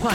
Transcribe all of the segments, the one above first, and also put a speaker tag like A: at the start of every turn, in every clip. A: 话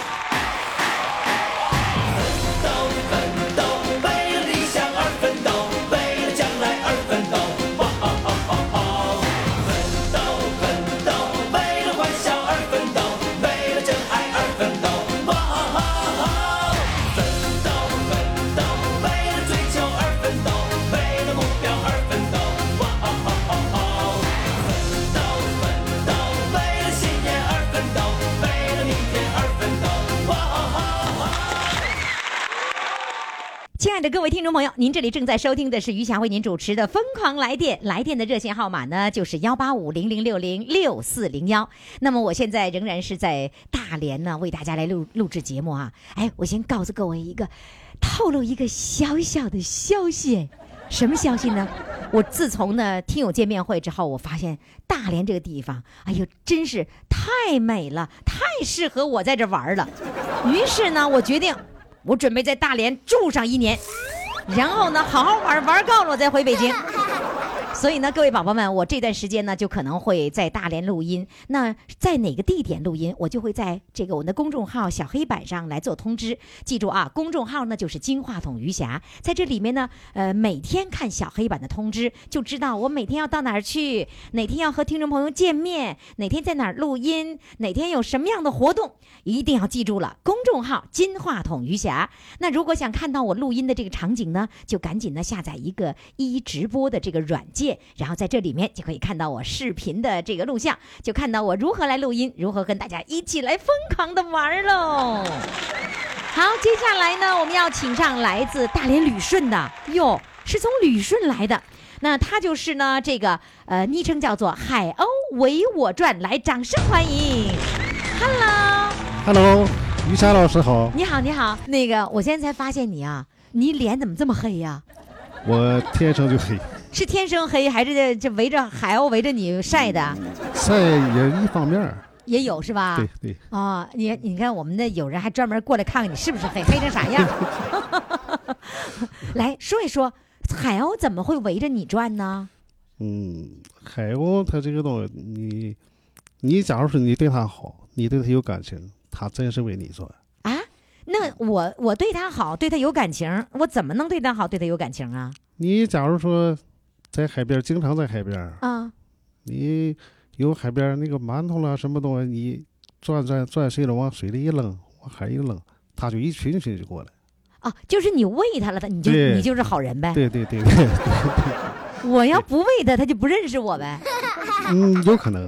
B: 亲爱的各位听众朋友，您这里正在收听的是余霞为您主持的《疯狂来电》，来电的热线号码呢就是幺八五零零六零六四零幺。那么我现在仍然是在大连呢，为大家来录录制节目啊。哎，我先告诉各位一个，透露一个小小的消息，什么消息呢？我自从呢听友见面会之后，我发现大连这个地方，哎呦，真是太美了，太适合我在这玩了。于是呢，我决定。我准备在大连住上一年，然后呢，好好玩玩够了，我再回北京。所以呢，各位宝宝们，我这段时间呢，就可能会在大连录音。那在哪个地点录音，我就会在这个我们的公众号小黑板上来做通知。记住啊，公众号呢就是金话筒余霞，在这里面呢，呃，每天看小黑板的通知，就知道我每天要到哪儿去，哪天要和听众朋友见面，哪天在哪儿录音，哪天有什么样的活动，一定要记住了。公众号金话筒余霞。那如果想看到我录音的这个场景呢，就赶紧呢下载一个一一直播的这个软件。然后在这里面就可以看到我视频的这个录像，就看到我如何来录音，如何跟大家一起来疯狂的玩喽。好，接下来呢，我们要请上来自大连旅顺的，哟，是从旅顺来的。那他就是呢，这个呃，昵称叫做“海鸥为我转”，来，掌声欢迎。Hello，
C: Hello，于霞老师好，
B: 你好，你好。那个，我现在才发现你啊，你脸怎么这么黑呀、
C: 我天生就黑，
B: 是天生黑还是这这围着海鸥围着你晒的？
C: 晒也一方面儿，
B: 也有是吧？
C: 对对，
B: 哦，你你看，我们的有人还专门过来看看你是不是黑，黑成啥样。 来说一说，海鸥怎么会围着你转呢？
C: 嗯，海鸥它这个东西，你你假如说你对它好，你对它有感情，它真是为你转。
B: 啊，那我我对它好，对它有感情，我怎么能对它好，对它有感情啊？
C: 你假如说在海边，经常在海边儿，
B: 啊，
C: 你有海边儿那个馒头啦什么东西，你转转转碎了，往水里一扔，往海一扔，它就一群群就过来。
B: 哦，就是你喂它了，它你就
C: 对
B: 你就是好人呗。
C: 对对对对，
B: 我要不喂它，它就不认识我呗。
C: 嗯，有可能，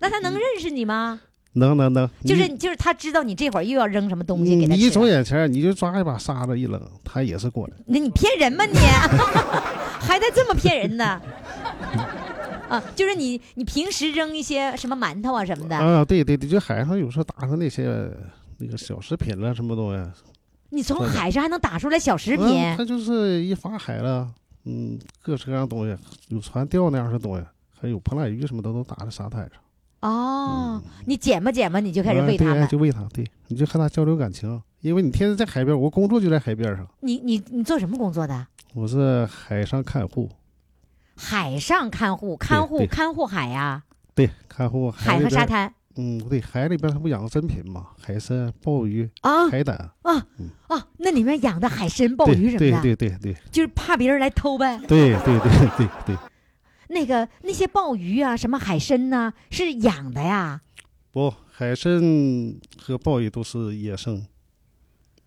B: 那它能认识你吗？
C: 能能能，
B: 就是
C: 你
B: 就是它知道你这会儿又要扔什么东西给它
C: 嗯你一
B: 吃
C: 走。眼前儿，你就抓一把沙子一扔，它也是过来。
B: 那你骗人吗你？ 还在这么骗人呢？ 啊，就是你，你平时扔一些什么馒头啊什么的，
C: 啊，对对对，就海上有时候打上那些那个小食品啊了，什么东西，
B: 你从
C: 对的
B: 海上还能打出来小食
C: 嗯，
B: 品，
C: 它就是一发海了，嗯，各式各样的东西，有船钓那样的东西，还有蓬莱鱼什么的都打在沙滩上，
B: 哦，你捡吧捡吧，你就开始
C: 啊
B: 喂它
C: 嗯对
B: 们。
C: 就喂它，对，你就和它交流感情，因为你天天在海边，我工作就在海边上，
B: 你你你做什么工作的？
C: 我是海上看护，
B: 海上看护，看护
C: 对
B: 看护海呀、
C: 对，看护
B: 海
C: 里
B: 和
C: 边
B: 沙，滩
C: 嗯，对，海里边它不养珍品嘛，海参、鲍鱼、
B: 啊
C: 海胆，
B: 啊，那里面养的海参、鲍
C: 对
B: 鱼什
C: 对
B: 么的，
C: 对对对
B: 就是怕别人来偷呗。
C: 对对对对对，
B: 那个那些鲍鱼啊，什么海参呐、是养的呀？
C: 不，海参和鲍鱼都是野生。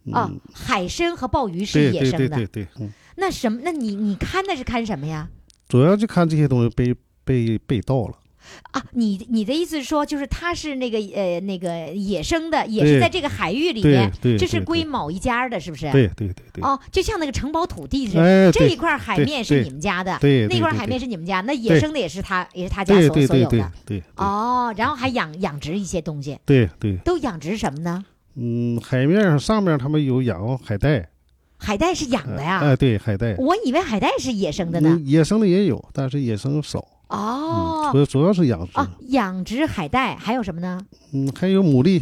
C: 嗯、
B: 啊，海参和鲍鱼是
C: 对
B: 野
C: 对
B: 生的。
C: 对对对，嗯，
B: 那什么？那你你看的是看什么呀？
C: 主要就看这些东西被被被盗了。
B: 啊，你你的意思是说，就是它是那个呃那个野生的，也
C: 对
B: 是在这个海域里
C: 对
B: 面，
C: 对，
B: 这是
C: 对
B: 归。某一家的，是不是？
C: 对对对对。
B: 哦，就像那个承包土地似的，
C: 哎，
B: 这一
C: 对
B: 块海
C: 对
B: 面是
C: 对
B: 你们家的，
C: 对，
B: 那
C: 对
B: 块
C: 对
B: 海面是你们家，那野
C: 对
B: 生的也是他也是他家
C: 对
B: 所
C: 对
B: 所
C: 对
B: 有
C: 对
B: 的。
C: 对，
B: 哦，然后还养养殖一些东西，
C: 对对，
B: 都养殖什么呢？
C: 嗯，海面上上面他们有养海带，
B: 海带是养的
C: 哎
B: 呀，
C: 哎，对，海带，嗯
B: 我以为海带是野生的呢。
C: 嗯野生的也有，但是野生少。
B: 哦
C: 主要主要是养殖，
B: 啊，养殖海带还有什么呢？
C: 嗯，还有牡蛎，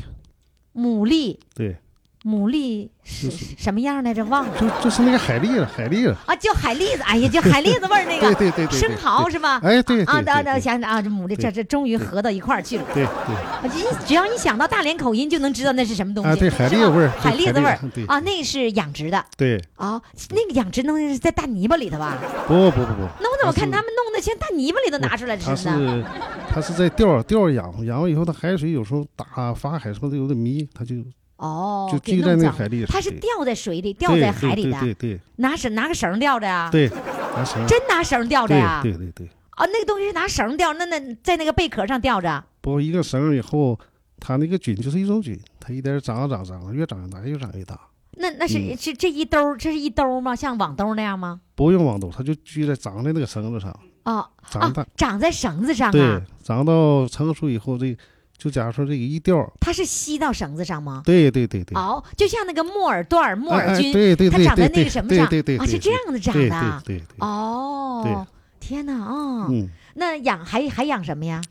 B: 牡蛎，
C: 对，
B: 牡蛎是是什么样来着？忘了
C: 就就是那个海蛎了，海蛎了，
B: 啊，就海蛎子，哎呀，就海蛎子味儿那
C: 对
B: 个
C: 对对对，对
B: 生蚝，是吧？
C: 哎，对对
B: 啊，
C: 对
B: 等
C: 对
B: 等，我想想啊，这牡蛎，这这终于合到一块儿去了。
C: 对对
B: 啊一只要一想到大连口音，就能知道那是什么东西。
C: 啊，对海蛎味儿，
B: 是吧海蛎子味儿
C: 对
B: 啊，那是养殖的
C: 对，
B: 啊，那个养殖东西是在大泥巴里头吧？
C: 不不不不，
B: 那我怎么看
C: 它是
B: 他们弄的像大泥巴里头拿出来吃
C: 它是
B: 呢？
C: 它是在钓钓儿养，养完以后它海水有时候打发海什么的有点迷，它就
B: 哦，
C: 就
B: 给
C: 聚在
B: 弄
C: 那个
B: 脏
C: 海蛎上，
B: 了。它是
C: 对
B: 掉在水里，掉在海里的，啊
C: 对对
B: 拿绳拿个绳吊着呀、
C: 对对，拿绳儿，
B: 真拿绳吊着
C: 对
B: 呀、
C: 对对对，
B: 啊，那个东西是拿绳吊，那那在那个贝壳上吊着。
C: 包括一个绳儿以后，它那个菌就是一种菌，它一点儿长啊长长，越长越大，越长越大，
B: 那那是、
C: 嗯
B: 是这一兜儿，这是一兜儿吗？像网兜儿那样吗？
C: 不用网兜，它就聚在长在那个绳子上，
B: 哦，
C: 长大，
B: 长在绳子上
C: 对
B: 啊，，
C: 长到成熟以后，这就假如说这个一钓儿，
B: 它是吸到绳子上吗？
C: 对对对对，
B: 哦，就像那个木耳段儿、木
C: 哎
B: 耳
C: 哎
B: 菌、
C: 对对
B: 它
C: 对
B: 长
C: 对
B: 在那
C: 对
B: 个什么
C: 对
B: 上
C: 对对
B: 啊，是
C: 对
B: 这
C: 对
B: 样子长
C: 对
B: 的啊。
C: 对对对，
B: 哦，天哪啊、
C: 嗯
B: 那养还还养什么呀？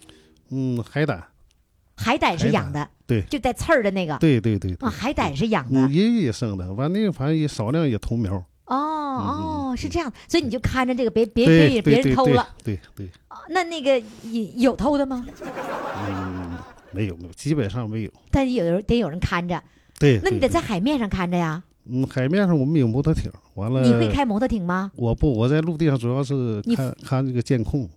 C: 嗯，海胆。
B: 海胆是
C: 海胆
B: 养的，
C: 对
B: 就带刺儿的那个。
C: 对对对对
B: 啊，海胆是养的。
C: 嗯，也也生的，完那个反正也少量也投苗，
B: 哦
C: 嗯
B: 哦，是这样，所以你就看着这个，别别别
C: 对
B: 给别
C: 对对
B: 人偷了。
C: 对对对，
B: 啊那那个有有偷的吗？
C: 嗯，没有没有，基本上没有。
B: 但有人得有人看着，
C: 对，
B: 那你得
C: 对
B: 在海面上看着呀。
C: 嗯，海面上我们有摩托艇，完了
B: 你会开摩托艇吗？
C: 我不，我在陆地上主要是
B: 你
C: 看看这个监控，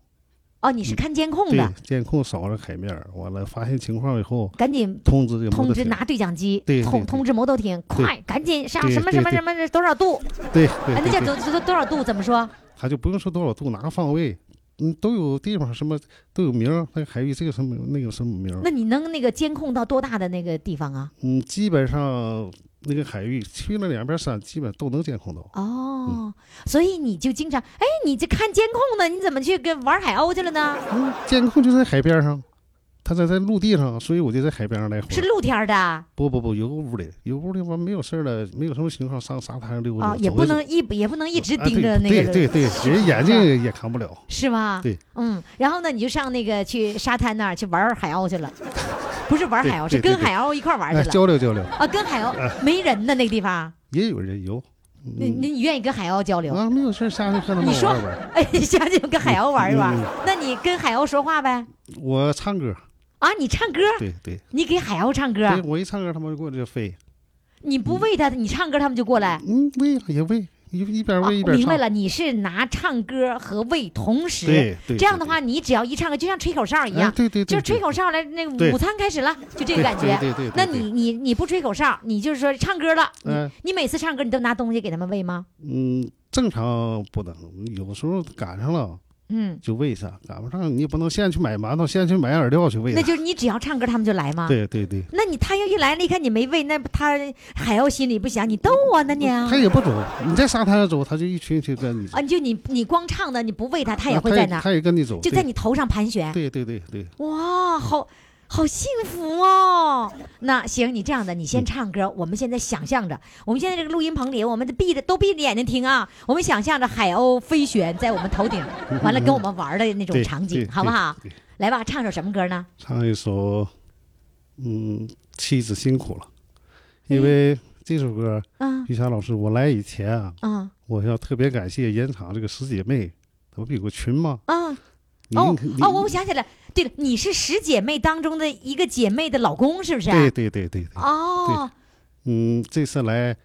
B: 哦，你是看监控
C: 嗯对
B: 的，
C: 监控扫着海面儿，完了发现情况以后
B: 赶紧
C: 通知这个摩
B: 通
C: 托
B: 知
C: 艇，
B: 拿对讲机
C: 对，对
B: 通
C: 对
B: 通知摩托艇，
C: 对
B: 快，赶紧上
C: 对
B: 什么
C: 对
B: 什么
C: 对
B: 什么多少度？
C: 对
B: 哎
C: 对，
B: 那叫
C: 对嗯对，
B: 多多多少度？怎么说？
C: 他就不用说多少度，哪个方位，嗯，都有地方什么都有名儿，那个海域这个什么那个什么名儿，
B: 那你能那个监控到多大的那个地方啊？
C: 嗯，基本上那个海域去了两边山，基本都能监控到。嗯
B: 哦，所以你就经常，哎，你这看监控呢，你怎么去跟玩海鸥去了呢？
C: 嗯，监控就在海边上，他在在陆地上，所以我就在海边上来回
B: 是。露天儿的啊。
C: 不不不，有个屋里，有屋里完没有事儿了，没有什么情况，上沙滩上溜达、
B: 啊，也
C: 走
B: 不
C: 一走
B: 能一也不能一直
C: 啊
B: 盯着那
C: 对
B: 个，
C: 对对对，人眼睛也看不了。
B: 是吧？
C: 对，
B: 嗯，然后呢，你就上那个去沙滩那儿去玩海鸥去了， 不是玩海鸥，
C: 对
B: 是
C: 对
B: 跟
C: 对
B: 海鸥一块儿玩
C: 哎，
B: 去了
C: 交流交流，
B: 啊，跟海鸥没人的那个地方，
C: 也有人游。嗯
B: 那那你愿意跟海鸥交流？
C: 啊，没有事儿下去看他
B: 你
C: 们
B: 说
C: 玩儿玩儿。
B: 哎，想想跟海鸥玩一玩
C: 嗯嗯，
B: 那你跟海鸥说话呗？
C: 我唱歌，
B: 啊，你唱歌，
C: 对对
B: 你给海鸥唱
C: 对，
B: 歌，
C: 我一唱歌，他们就过来就飞。
B: 你不喂它，你唱歌它们就过来。
C: 嗯，喂呀也喂，一一边
B: 啊
C: 喂一边唱。
B: 明白了，你是拿唱歌和喂同时，
C: 对对，
B: 这样的
C: 对
B: 话，你只要一唱歌，就像吹口哨一
C: 哎
B: 样，
C: 对对，
B: 就
C: 对
B: 是吹
C: 对
B: 口哨来，那
C: 对
B: 个午餐开始了，就这
C: 对
B: 个感觉。
C: 对对对。
B: 那
C: 对
B: 你你你不吹口哨，你就是说唱歌了，你、
C: 嗯
B: 你每次唱歌你都拿东西给他们喂吗？
C: 嗯，正常不能，有时候赶上了
B: 嗯，
C: 就喂一下，赶不上你也不能现在去买馒头，现在去买饵料去喂
B: 那
C: 它。
B: 就是你只要唱歌他们就来吗？
C: 对对对，
B: 那你他要一来了，一看你没喂，那他海鸥心里不想你逗我呢你啊
C: 它，也不走，你在沙滩上走，它就一群一群跟你走
B: 啊，，你就你你光唱的你不喂他，他
C: 它
B: 也会在那儿，
C: 它啊也跟你走，
B: 就在你头上盘旋。
C: 对。对对对对，
B: 哇，好好幸福哦！那行，你这样的，你
C: 嗯
B: 先唱歌，我们现在想象着，我们现在这个录音棚里，我们闭着都闭着眼睛听啊，我们想象着海鸥飞旋在我们头 顶，完了跟我们玩的那种
C: 对
B: 场景
C: 对，
B: 好不好？
C: 对对
B: 来吧，唱首什么歌呢？
C: 唱一首，嗯，妻子辛苦了，
B: 嗯
C: 因为这首歌，
B: 啊
C: 玉霞老师，我来以前啊，
B: 啊
C: 我要特别感谢盐场这个十姐妹，她不有个群吗？
B: 啊！
C: 您
B: 哦
C: 您
B: 哦，我我想起来，对了，你是十姐妹当中的一个姐妹的老公，是不是？啊
C: 对对对对对。
B: 哦，
C: 嗯，这次来，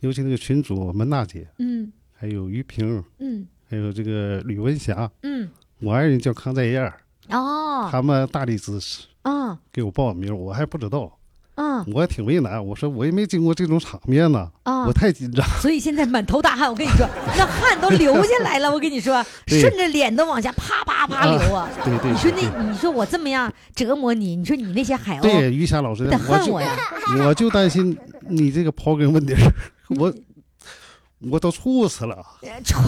C: 尤其那个群主门大姐，
B: 嗯
C: 还有于萍，
B: 嗯
C: 还有这个吕文霞，
B: 嗯，
C: 我爱人叫康在燕儿，
B: 哦，
C: 他们大力支持，
B: 嗯
C: 给我报名，我还不知道，
B: 嗯
C: 我还挺为难，我说我也没经过这种场面呢，
B: 啊
C: 我！太 紧张。
B: 所以现在满头大汗，我跟你 说，那汗都流下来了。我跟你说，
C: 对
B: 顺着脸都往下啪啪啪流啊！
C: 对对
B: 你说
C: 对
B: 那，你说我这么样折磨你，你说你那些海鸥
C: 对于霞老师，
B: 得
C: 我
B: 恨
C: 就
B: 我呀！
C: 我就担心你这个刨根问底儿，我我都猝死了。
B: 臭，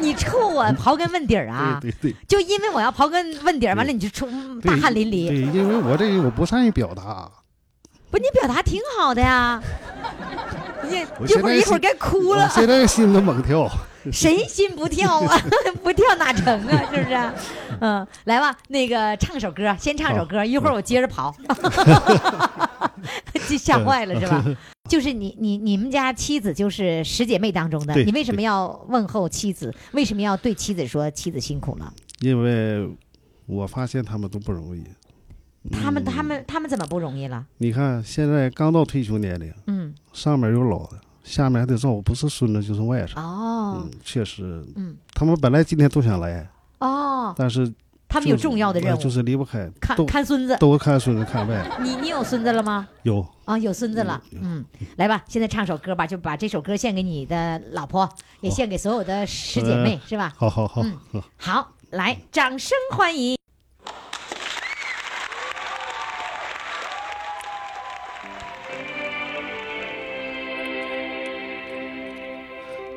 B: 你臭我刨根问底儿啊！
C: 嗯对对对
B: 就因为我要刨根问底儿，完了你就出嗯 大汗淋漓。
C: 对，因为我这个我不善于表
D: 啊
C: 达，
B: 不，你表达 挺好的呀。你
C: 我
B: 一
C: 现
B: 会儿
C: 在
B: 一会儿
C: 是
B: 该哭
C: 我
B: 了。
C: 现在心都猛跳。
B: 神仙不跳啊， 不跳哪成啊？是不 是啊？嗯，来吧，那个唱首歌，先唱首歌，一会儿我接 着跑。 这吓坏了是吧？就是你你你们家妻子就是十姐妹当中的，
D: 对
B: 你为什么要问候妻子？为什么要对妻子说妻子辛苦了？
D: 因为我发现他们都不容易。嗯
B: 他们他们他们怎么不容易了？
D: 你看，现在刚到退休年龄，
B: 嗯，
D: 上面有老的，下面还得照顾，不是孙子就是外甥。
B: 哦
D: 嗯，确实，
B: 嗯，
D: 他们本来今天都想来，
B: 哦，
D: 但是
B: 他们有
D: 就是
B: 重要的任
D: 哎
B: 务，
D: 就是离不开，
B: 看
D: 都
B: 看孙子。
D: 都看孙子看外甥。
B: 你你有孙子了吗？
D: 有，
B: 啊、有孙子了，嗯，来吧，现在唱首歌吧，就把这首歌献给你的老婆，也献给所有的十姐妹，是吧？
D: 好好好，
B: 嗯
D: 好
B: 好，来，掌声欢迎。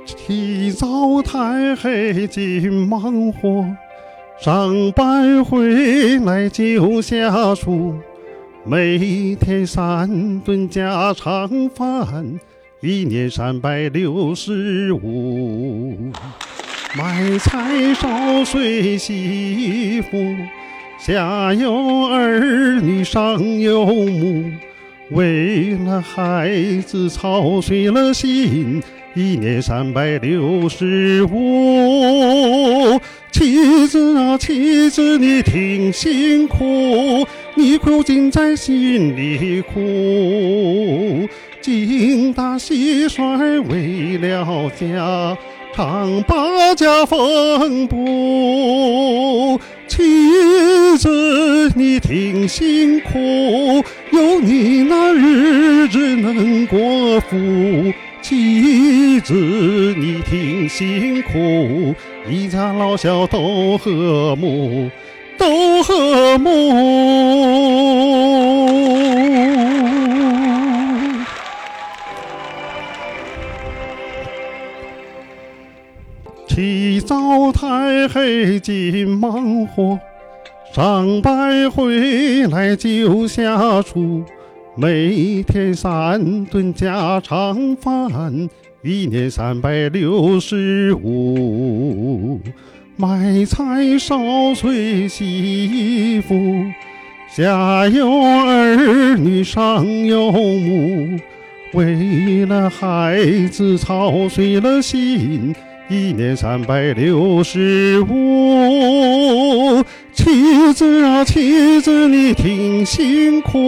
D: 起早贪黑尽忙活，上班回来就下厨，每天三顿家常饭，一年三百六十五。买菜烧水洗衣服，下有儿女上有母，为了孩子操碎了心。一年三百六十五。妻子啊，妻子，你挺辛苦，你苦尽在心里苦，精打细算为了家，常把家缝补。妻子，你挺辛苦，有你那日子能过富。妻子，你挺辛苦，一家老小都和睦，都和睦。起早贪黑尽忙活，上班回来就下厨。每天三顿家常饭，一年三百六十五。买菜烧水洗衣服，下有儿女上有母，为了孩子操碎了心。一年三百六十五，妻子啊，妻子，你挺辛苦，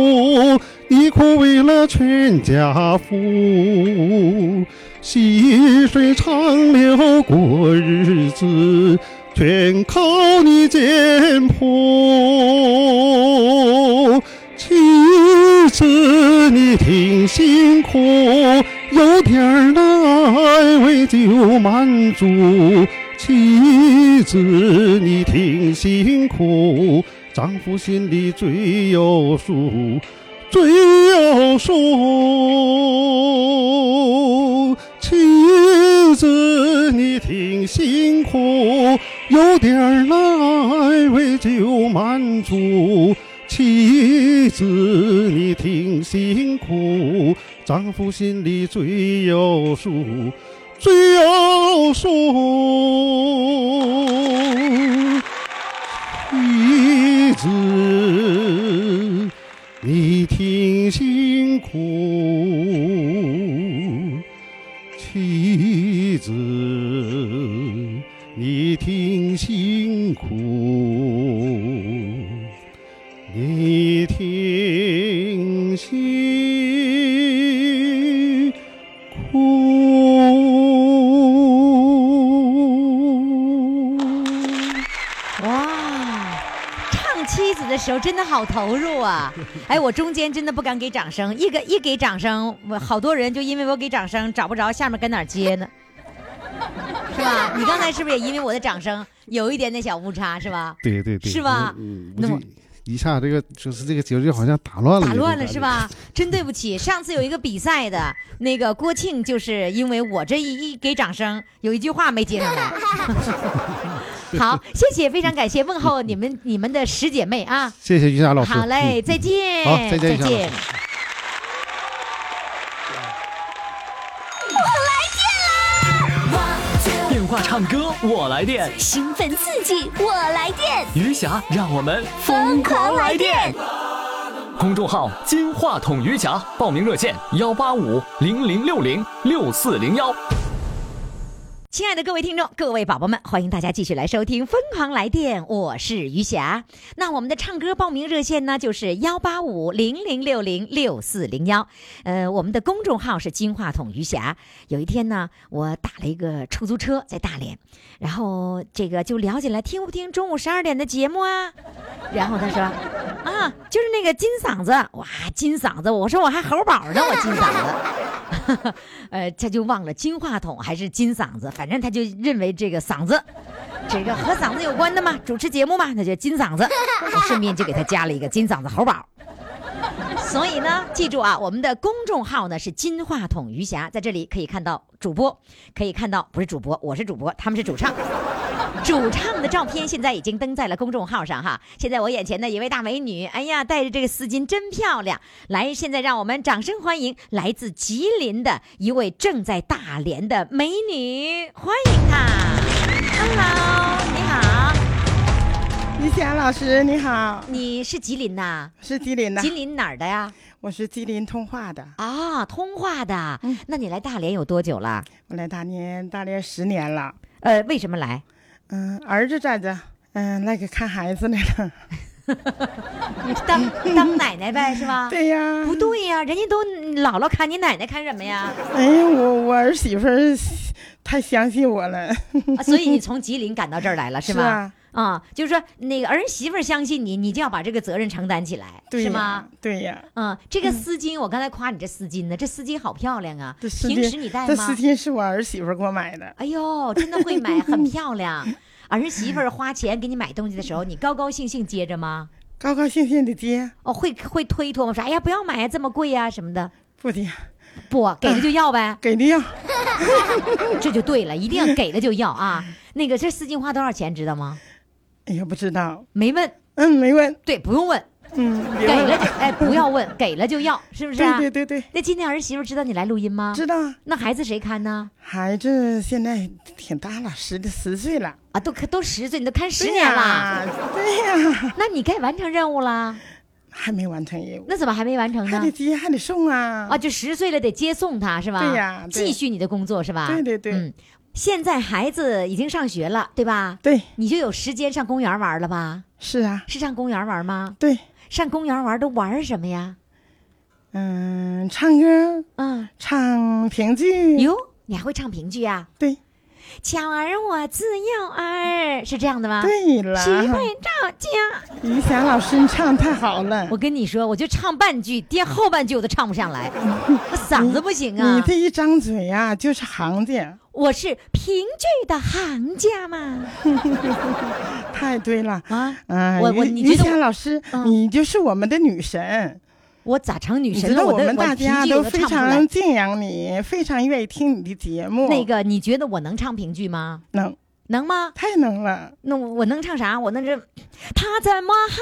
D: 你苦为了全家福，细水长流过日子，全靠你简朴。妻子，你挺辛苦，有点儿的安慰就满足。妻子，你挺辛苦，丈夫心里最有数，最有数。妻子，你挺辛苦，有点儿的安慰就满足。妻子，你挺辛苦，丈夫心里最有数，最有数。妻子，你挺辛苦，妻子，你挺辛苦。你挺辛苦。
B: 哇，唱妻子的时候真的好投入 啊！哎，我中间真的不敢给掌声，一个一给掌声，我好多人就因为我给掌声找不着下面跟哪儿接呢，是吧？你刚才是不是也因为我的掌声有一点点小误差，是吧？
D: 对对对，
B: 是吧
D: 嗯，
B: 那
D: 那
B: 么
D: 么一下这个就是这个节奏就好像打乱了，
B: 打乱了
D: 有种
B: 是
D: 感
B: 吧？真对不起，上次有一个比赛的那个郭庆，就是因为我这一一给掌声，有一句话没接上来。 好，谢谢，非常感谢问候你们你们的十姐妹啊！
D: 觉？谢谢于霞老师，
B: 好嘞，
D: 嗯
B: 再见，
D: 好再见于霞老师。
E: 电话
A: 话唱歌我来电，
E: 兴奋刺激我来电，
A: 余霞让我们疯
E: 疯
A: 狂
E: 狂
A: 来
E: 来
A: 电
E: 电！
A: 公众号“金话筒余霞”，报名热线：幺八五零零六零六四零幺。
B: 亲爱的各位听众，各位宝宝们，欢迎大家继续来收听《疯狂来电》，我是余霞。那我们的唱歌报名热线呢，就是幺八五零零六零六四零幺。呃，我们的公众号是金话筒余霞。有一天呢，我打了一个出租车在大连，然后这个就了解了听不听中午十二点的节目啊。然后他说，啊，就是那个金嗓子，哇，金嗓子，我说我还猴宝呢，我金嗓子。 呃，他就忘了金话筒还是金嗓子，反正他就认为这个嗓子，这个和嗓子有关的嘛，主持节目嘛，那就金嗓子。我顺便就给他加了一个金嗓子猴宝。所以呢，记住啊，我们的公众号呢是金话筒余霞，在这里可以看到主播，可以看到不是主播，我是主播，他们是主唱。主唱的照片现在已经登在了公众号上哈。现在我眼前的一位大美女，哎呀，戴着这个丝巾真漂亮。来，现在让我们掌声欢迎来自吉林的一位正在大连的美女，欢迎她。Hello，你好，
F: 李霞老师你好，
B: 你是吉林呐？
F: 是吉林的
B: 吉，林哪儿的呀？
F: 我是吉林通化的，
B: 啊，通化的。那你来大连有多久了？
F: 我来大连大连十年了。
B: 呃，为什么来？
F: 嗯，儿子在这，嗯，来给看孩子来了。
B: 你 当当奶奶呗，是吧？。
F: 对呀，
B: 啊不对呀，人家都姥姥看你奶奶看什么呀？
F: 哎呀，我我儿媳妇儿太相信我了，
B: 啊，所以你从吉林赶到这儿来了是
F: 是
B: 吗？
F: 啊
B: 啊就是说那个儿媳妇儿相信你，你就要把这个责任承担起来，
F: 对
B: 是
F: 呀
B: 吗？？
F: 对呀，
B: 嗯，这个丝巾，我刚才夸你这丝巾呢，这丝巾好漂亮啊！
F: 这丝
B: 平时你
F: 巾
B: 戴
F: 这
B: 吗
F: 丝？巾是我儿媳妇儿给我买的，
B: 哎呦，真的会 买，很漂亮。儿媳妇儿花钱给你买东西的时候，你高高兴兴接着吗？
F: 高高兴兴的接，
B: 哦，会会推脱吗？说哎呀，不要买啊，这么贵呀、什么的。
F: 不接
B: 不给了就要呗，
F: 给啊的呀，
B: 这就对了，一定要给了就要啊。那个这丝巾花多少钱，知道吗？
F: 哎呀，不知道，
B: 没问，
F: 嗯，没问，
B: 对，不用问，
F: 嗯，别
B: 给
F: 问
B: 了就哎，不要问，给了就要，是不是、啊？
F: 对对对对，
B: 那今天儿媳妇知道你来录音吗？
F: 知道啊。
B: 那孩子谁看呢？
F: 孩子现在挺大了，十十岁了，
B: 啊，都看都十岁，你都看十
F: 对
B: 年了，
F: 呀，对呀、
B: 那你该完成任务了。
F: 还没完成任务，
B: 那怎么还没完成
F: 还
B: 呢
F: 得？接还得送啊。
B: 啊，就十岁了，得接送他是吧？
F: 对呀对
B: 继续你的工作是吧？
F: 对对对
B: 嗯，现在孩子已经上学了，对吧？
F: 对，
B: 你就有时间上公园玩了吧？
F: 是啊，
B: 是上公园玩吗？
F: 对，
B: 上公园玩都玩什么呀？
F: 嗯，唱歌，
B: 嗯，
F: 唱评剧，
B: 哟，你还会唱评剧啊？
F: 对，
B: 巧儿我自幼儿是这样的吗？
F: 对了，
B: 媳妇儿照家。
F: 于霞老师，你唱得太好了
B: 我，跟你说，我就唱半句，爹后半句我都唱不上 来，我嗓子不行
F: 你
B: 啊
F: 这。一张嘴呀、就是行家，
B: 我是评剧的行家嘛，
F: 太对了。
B: 啊，
F: 嗯，
B: 我我
F: 于
B: 你
F: 于
B: 觉得
F: 霞
B: 我
F: 老师，
B: 嗯
F: 你就是我们的女神，
B: 我咋成女
F: 你
B: 神
F: 知
B: 了？
F: 道
B: 我的
F: 们大
B: 评
F: 家
B: 剧
F: 都
B: 我唱
F: 非
B: 不出来
F: 常。敬仰你，非常愿意听你的节目。
B: 那个，你觉得我能唱评剧吗？
F: 能
B: 能吗？
F: 太能了，
B: 那我我能唱啥？我那这，他怎么还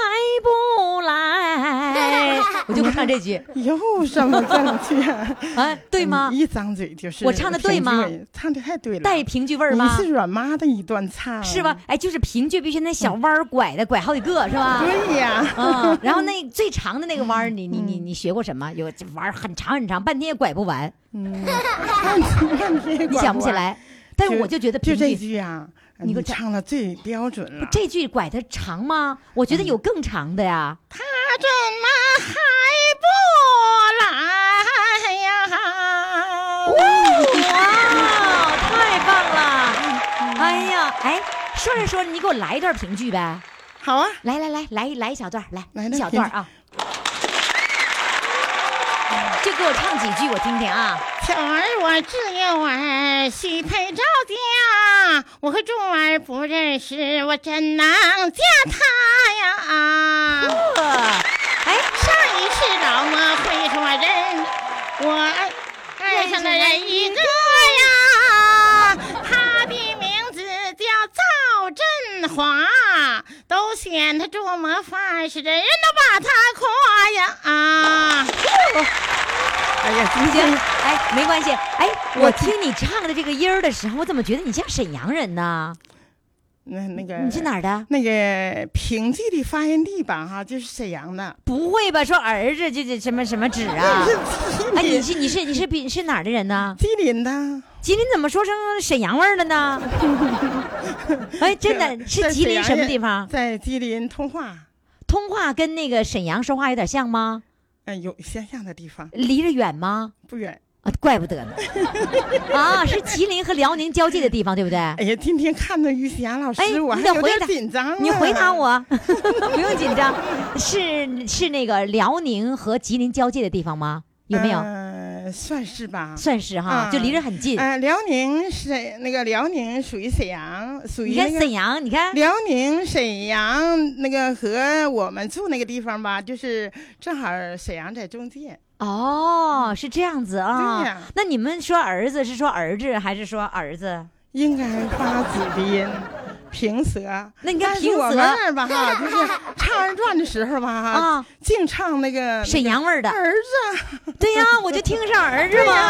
B: 不来？我就会唱 这句
F: 又上了正确，
B: 啊，
G: 嗯
B: 对吗
F: 你？一张嘴就是
B: 我唱得对吗
F: 评剧？唱的太对了，
B: 带评剧味儿吗？
F: 你是阮妈的一段
G: 啊
F: 唱，
B: 是吧？？哎，就是评剧必须那小弯儿拐的，拐好几个是吧？
F: 对呀、
B: 嗯，然后那最长的那个弯
F: 嗯
B: 儿，你你你你学过什么？有这弯儿很长很长，半天也拐不完， 你想不 起，来。但是我就觉得
F: 就
B: 评
F: 这
B: 剧
F: 句啊，
B: 你
F: 你
B: 给我讲
F: 唱的最标准了。
B: 这句拐的长吗？我
F: 嗯
B: 觉得有更长的呀。
F: 他怎么还不来呀？
B: 哇，太
F: 嗯
B: 棒了！哎呀，哎，说着说着，你给我来一段评剧呗。
F: 好啊，
B: 来来来来来一小段儿，来
F: 来
B: 一
F: 那
B: 小
F: 评
B: 段儿
F: 剧
B: 啊，就给我唱几句我听听啊。
F: 巧儿我自幼儿许配赵家，我和柱儿不认识，我怎能嫁他呀？
B: 哎，
F: 上一次老么会说人，我爱爱上的人一个呀，他的名字叫赵振华，都嫌他做模范是人人都把他夸呀啊。
G: 哎呀，
B: 已经哎，没关系。哎，我听你唱的这个音儿的时候，我怎么觉得你像沈阳人呢？
G: 那那个
B: 你是哪儿的？
G: 那个平地的发源地吧，哈，就是沈阳的。
B: 不会吧？说儿子这这什么什么纸 啊？哎，你是你是你是比是哪儿的人呢？
G: 吉林的，
B: 吉林怎么说成沈阳味儿 了呢？哎，真的是
G: 在
B: 吉
G: 沈
B: 林
G: 阳
B: 什么
G: 也
B: 地方？
G: 在吉林通化，
B: 通话跟那个沈阳说话有点像吗？
G: 嗯，有相像的地方
B: 离着远吗？
G: 不远。
B: 啊，怪 不得呢。啊，是吉林和辽宁交界的地方，对不对？
G: 哎呀，今天看到于霞老
B: 哎
G: 师，我还
B: 你得
G: 有
B: 回
G: 点
B: 答
G: 紧张啊。
B: 你回答我， 不用紧张。是是那个辽宁和吉林交界的地方吗？有没有？
G: 呃，算是吧。
B: 算是哈，
G: 嗯
B: 就离着很近。
G: 呃，辽宁是那个辽宁属于沈阳，属于
B: 你
G: 那
B: 看
G: 个嗯
B: 沈阳，你看
G: 辽宁沈阳那个和我们住那个地方吧，就是正好沈阳在中间。
B: 哦，是这样子
G: 对
B: 啊
G: 呀。
B: 那你们说儿子是说儿子还是说儿子？
G: 应该八子的音，平舌。
B: 那你看
G: 但是
B: 平
G: 我们
B: 舌
G: 那儿吧哈，就是唱二人转的时候吧哈，
B: 啊，
G: 净唱那个
B: 沈阳味儿的。
G: 儿子，
B: 对呀，我就听上儿子
G: 对
B: 嘛。
G: 呀，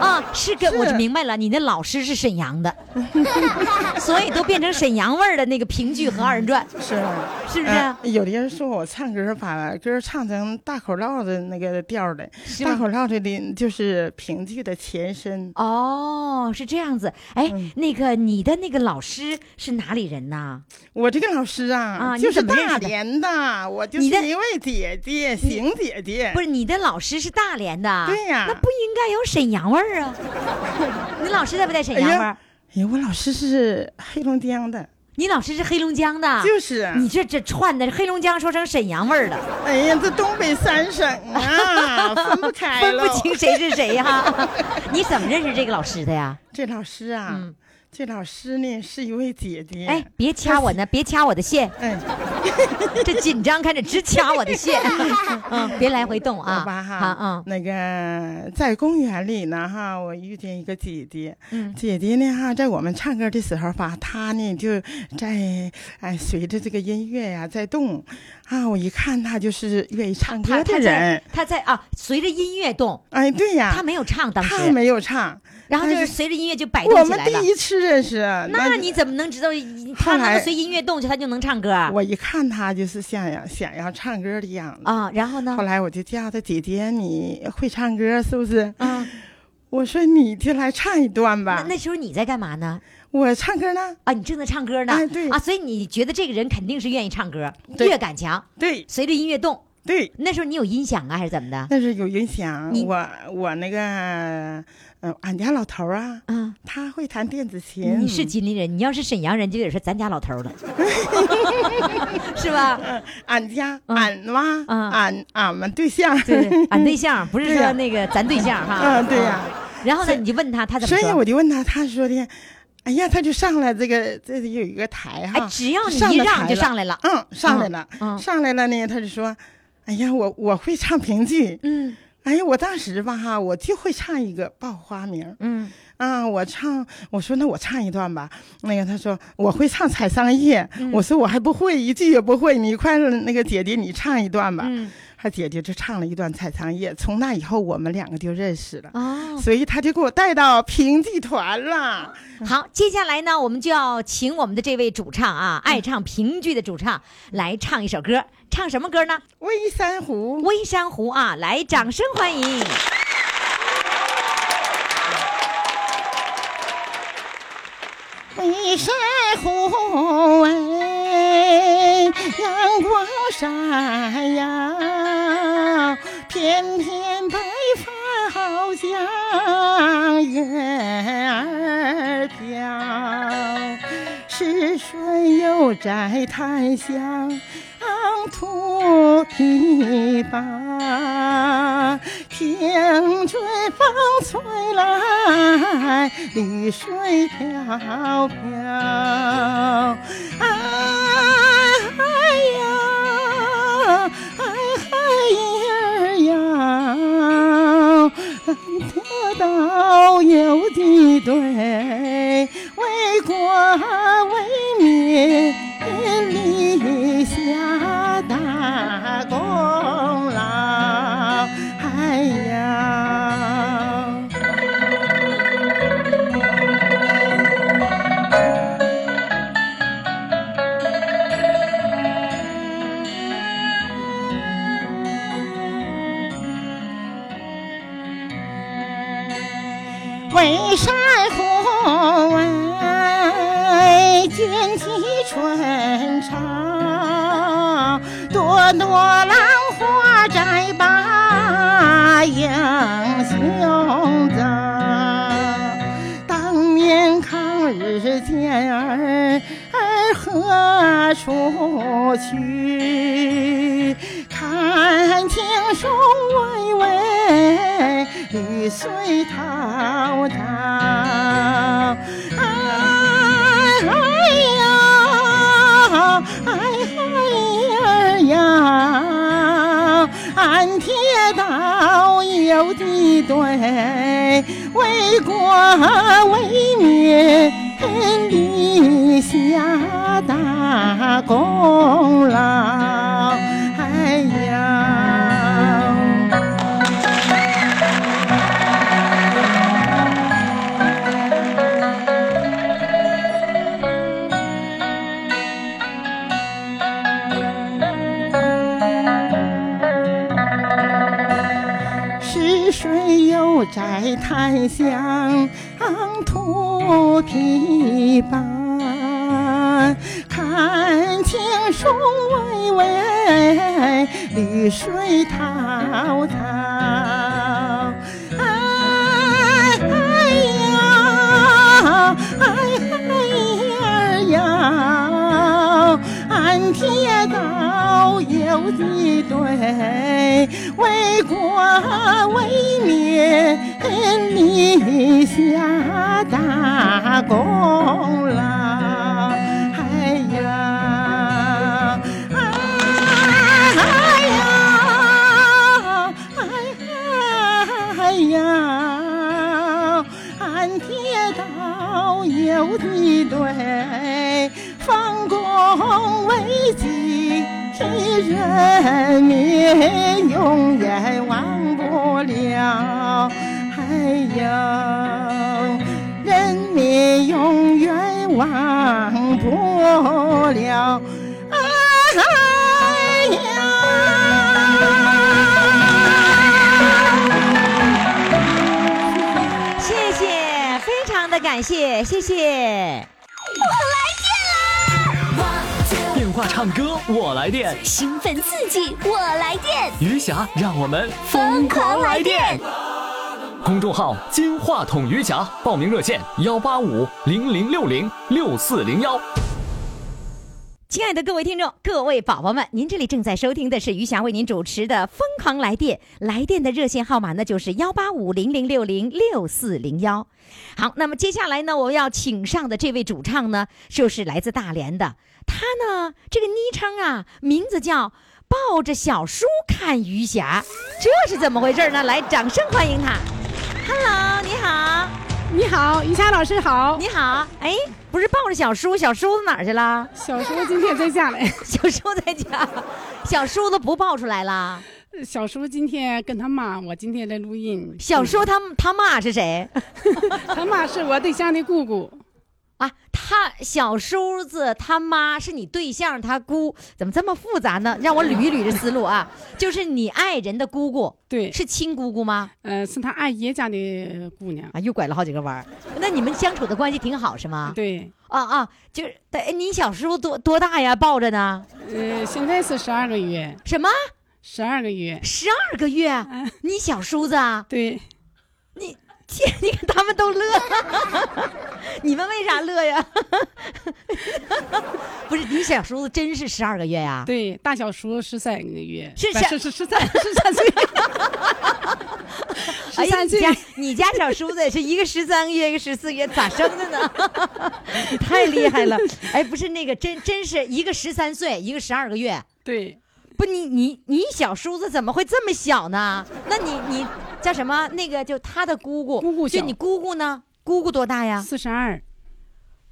B: 啊，是跟我就是明白了，你那老师是沈 阳的，所以都变成沈阳味儿的那个评剧和二人转，
G: 是吧
B: 是不是？
G: 呃有的人说我唱歌把歌唱成大口唠的那个调儿的，
B: 是
G: 大
B: 吗？
G: 口唠的的就是评剧的前身。
B: 哦，是这样子。哎，
G: 嗯
B: 那个你的那个老师是哪里人呐？
G: 我这个老师啊，
B: 啊你
G: 就是
B: 怎么认识
G: 大
B: 的
G: 连的，我就是
B: 你的
G: 一位姐姐，邢姐姐。
B: 不是，你的老师是大连的，
G: 对呀
B: 那不应该有沈阳味儿啊。 你老师在不在沈
G: 哎
B: 阳
G: 呀
B: 味啊儿？
G: 哎呀，我老师是黑龙江的，
B: 你老师是黑龙江的，
G: 就是。
B: 啊
G: 啊
B: 你这这串的黑龙江说成沈阳味儿了，
G: 哎呀，这东北三省 啊，分不开
B: 分
G: 了。
B: 不清谁是谁哈、 你怎么认识这个老师的呀？
G: 这老师啊，
B: 嗯
G: 这老师呢是一位姐姐。
B: 哎，别掐我呢，别掐我的线。
G: 哎，
B: 这紧张看着直掐我 的线，嗯，别来回动啊，
G: 好吧哈，
B: 好嗯，
G: 那个在公园里呢哈，我遇见一个姐姐，
B: 嗯
G: 姐姐呢哈，在我们唱歌的时候吧，她呢就在哎随着这个音乐呀、在动，啊，我一看她就是愿意唱歌
B: 他
G: 的
B: 他
G: 人
B: 在，他在啊，随着音乐动，
G: 哎，对呀，
B: 他没有唱当
G: 她
B: 时，
G: 没有唱，
B: 然后就
G: 但
B: 是
G: 是
B: 随着音乐就摆
G: 我
B: 动起
G: 们
B: 来了
G: 第。一次认识，
B: 那
G: 就
B: 你怎么能知道他
G: 后
B: 能
G: 来
B: 够随音乐动就他就能唱歌啊？
G: 我一看她就是想要想要唱歌的样子。
B: 啊，然后呢
G: 后？来我就叫她姐姐，你会唱歌是不是？
B: 嗯，
G: 我说你就来唱一段
B: 那
G: 吧。
B: 那时候你在干嘛呢？
G: 我唱歌呢，
B: 啊，你正在唱歌呢
G: 哎对，
B: 啊，所以你觉得这个人肯定是愿意唱歌，
G: 对
B: 乐感强，
G: 对
B: 随着音乐动。
G: 对，
B: 那时候你有音响啊，还是怎么的？
G: 但是有影响
B: 你。
G: 我我那个，呃，俺家老头儿啊，
B: 啊，
G: 他会弹电子琴。
B: 你是吉林人，你要是沈阳人，就得说咱家老头 儿了，是吧？
G: 俺家
B: 嗯
G: 俺妈
B: 嗯
G: 俺俺们对象。
B: 对，俺对象不是
G: 对
B: 说
G: 呀
B: 那个咱对象哈。
G: 嗯对呀
B: 啊。然后呢，
G: 所以
B: 你就问他，他怎么
G: 所以
B: 说？
G: 我就问他，他说的，哎呀，他就上来这个这里有一个台
B: 哎，
G: 哈，
B: 只要你
G: 上
B: 一
G: 了
B: 让
G: 台
B: 就
G: 了
B: 上 来了。
G: 嗯，上来了，
B: 嗯
G: 上来了呢，他就说，哎呀，我我会唱评剧。
B: 嗯
G: 哎呀，我当时吧哈，我就会唱一个《报花名》。
B: 嗯，
G: 啊，我唱，我说那我唱一段吧。那个他说我会唱《采桑叶》
B: 嗯
G: 我说我还不会，一句也不会。你快乐那个姐姐，你唱一段吧。
B: 嗯
G: 他姐姐就唱了一段《采桑叶》，从那以后我们两个就认识了，
B: 哦，
G: 所以他就给我带到评剧团了。
B: 好，接下来呢，我们就要请我们的这位主唱啊，爱唱评剧的主唱来唱一首歌，唱什么歌呢？
G: 微山
B: 《
G: 湖，
B: 微山湖》啊，来，掌声欢迎。
G: 微山湖哎，阳光闪耀，片片白发好像燕儿飘。是水又在檀香土琵琶，听春风吹来，绿水飘飘。哎呀，哎嗨呀呀，得到有几对为国为民立下大功劳。哎呀。
F: 北山红，哎，卷起春潮，朵朵浪花摘把英雄走。当年抗日健儿儿何处去？看青树巍巍，绿水滔滔。哎呀，哎呀呀，俺铁道游击队，为国为民立下大功劳。哎呀！是谁又摘檀香吐琵琶？看青松巍巍，绿水滔滔。哎哎呀，哎哎呀呀，俺铁道游击队，为国为民立下大功劳。哎呀，哎呀，哎呀，俺铁道游击队，奉公为己，人民永远忘不了。哎呀，人民永远忘不了。哎呀！
B: 谢谢，非常的感谢，谢谢。
A: 电话唱歌我来电，
E: 兴奋刺激，我来电！
A: 余霞让我们疯狂来电。公众号“金话筒余霞”，报名热线：幺八五零零六零六四零幺。
B: 亲爱的各位听众，各位宝宝们，您这里正在收听的是余霞为您主持的《疯狂来电》，来电的热线号码呢就是幺八五零零六零六四零幺。好，那么接下来呢，我要请上的这位主唱呢，就是来自大连的，他呢这个昵称啊，名字叫抱着小叔看余霞，这是怎么回事呢？来，掌声欢迎他。Hello，你好，
H: 你好，于霞老师好。
B: 你好，哎，不是抱着小叔，小叔哪儿去了？
H: 小叔今天在家嘞，
B: 小叔在家，小叔子不抱出来啦。
H: 小叔今天跟他妈，我今天来录音。
B: 小叔他他妈是 谁
H: 他妈是我对象的姑姑，
B: 啊？他小叔子他妈是你对象他姑，怎么这么复杂呢？让我捋一捋这思路 啊，就是你爱人的姑姑
H: 对，
B: 是亲姑姑吗？
H: 呃，是他二爷家的姑娘。
B: 啊，又拐了好几个弯儿。那你们相处的关系挺好是吗？
H: 对，
B: 啊啊，就是，哎，你小叔多多大呀？抱着呢？
H: 呃，现在是十二个月，
B: 什么？
H: 十二个月。
B: 十二个月？你小叔子啊？
H: 对，
B: 你天，你看他们都乐， 你们为啥乐呀？ 不是你小叔子真是十二个月呀、
H: 对，大小叔十三个月，
B: 是
H: 不
B: 小
H: 是是十三 十三岁， 十
B: 哎呀，
H: 三
B: 你
H: 岁。
B: 家你家小叔子也是一个十三个月，一个十四个月，咋生的呢？ 你太厉害了！哎，不是那个，真真是一个十三岁，一个十二个月。
H: 对，
B: 不，你你你小叔子怎么会这么小呢？那你你叫什么？那个就他的姑姑，
H: 姑姑
B: 就
H: 小
B: 你姑姑呢？姑姑多大呀？
H: 四十二，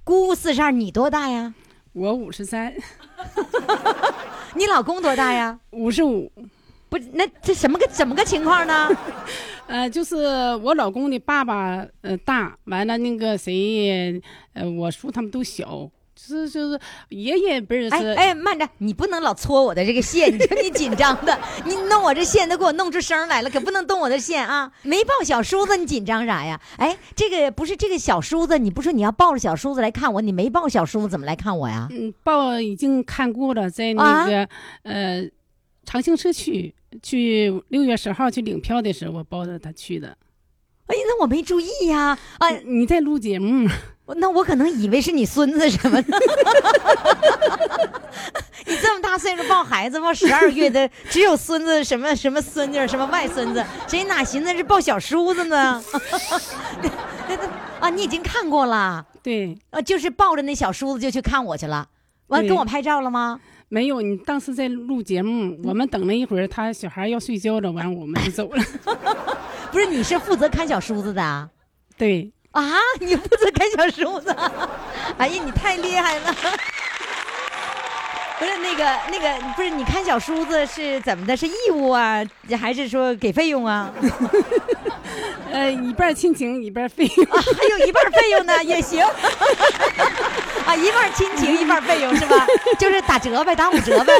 B: 姑姑四十二，你多大呀？
H: 我五十三，
B: 你老公多大呀？
H: 五十五。
B: 不是，那这什么个怎么个情况呢？
H: 呃，就是我老公的爸爸，呃，大，完了那个谁，呃，我叔他们都小，是就是爷爷不认
B: 哎
H: 识，
B: 哎，慢着，你不能老搓我的这个线，你说你紧张的， 你弄我这线都给我弄出声来了，可不能动我的线啊！没抱小叔子，你紧张啥呀？哎，这个不是这个小叔子，你不说你要抱着小叔子来看我，你没抱小叔子怎么来看我呀？
H: 嗯，报已经看过了，在那
B: 啊
H: 个、呃长兴社区去六月十号去领票的时候，我抱着他去的。
B: 哎，那我没注意呀、哎，
H: 你你在录节目，
B: 我那我可能以为是你孙子什么的。 你这么大岁数抱孩子，抱十二月的，只有孙子什么什么孙女儿什么外孙子，谁哪寻思是抱小叔子呢？ 啊，你已经看过了，
H: 对，
B: 呃，就是抱着那小叔子就去看我去了，完
H: 对
B: 跟我拍照了吗？
H: 没有，你当时在录节目，我们等了一会儿，他小孩要睡觉了，完我们就走了。
B: 不是，你是负责看小叔子的啊？
H: 对，
B: 啊，你负责看小叔子？ 哎呀，你太厉害了！不是那个那个，不是你看小叔子是怎么的？是义务啊，还是说给费用啊？
H: 呃，一半亲情，一半费
B: 啊，还有一半费用呢，也行。啊，一半亲情，一半费用是吧？就是打折呗，打五折呗，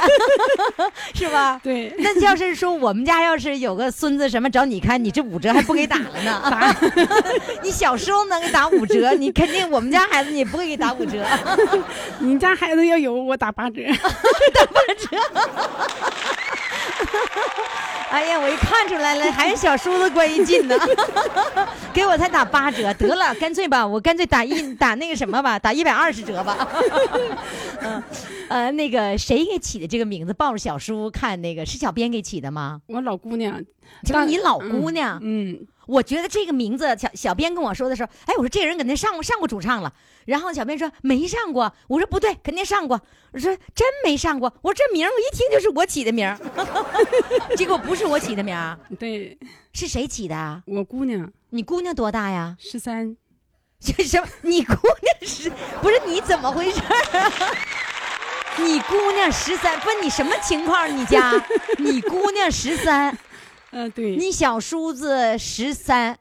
B: 是吧？
H: 对
B: 那要是说我们家要是有个孙子什么找你看，你这五折还不给打了呢？ 你小时候能给打五折，你肯定我们家孩子你不会给打五折。
H: 你家孩子要有，我打八折。
B: 哎呀，我一看出来了，还是小叔子关系 近呢，给我才打八折，得了，干脆吧，我干脆打一打那个什么吧，打一百二十折 吧。嗯，呃，那个谁给起的这个名字？抱着小叔看那个是小编给起的吗？
H: 我老姑娘，
B: 就是你老姑娘。
H: 嗯，
B: 我觉得这个名字，小小编跟我说的时候，哎，我说这个人肯定上过上过主唱了。然后小编说没上过，我说不对，肯定上过。我说真没上过，我说这名儿我一听就是我起的 名儿，结果不是我起的名儿，
H: 对
B: 是谁起的啊？
H: 我姑娘
B: 你姑娘多大呀？
H: 十三，
B: 这什么？你姑娘十不是你怎么回事儿啊？ 你姑娘十三，不是你什么情况？你 家你姑娘十三，
H: 嗯、对，
B: 你小叔子 十三，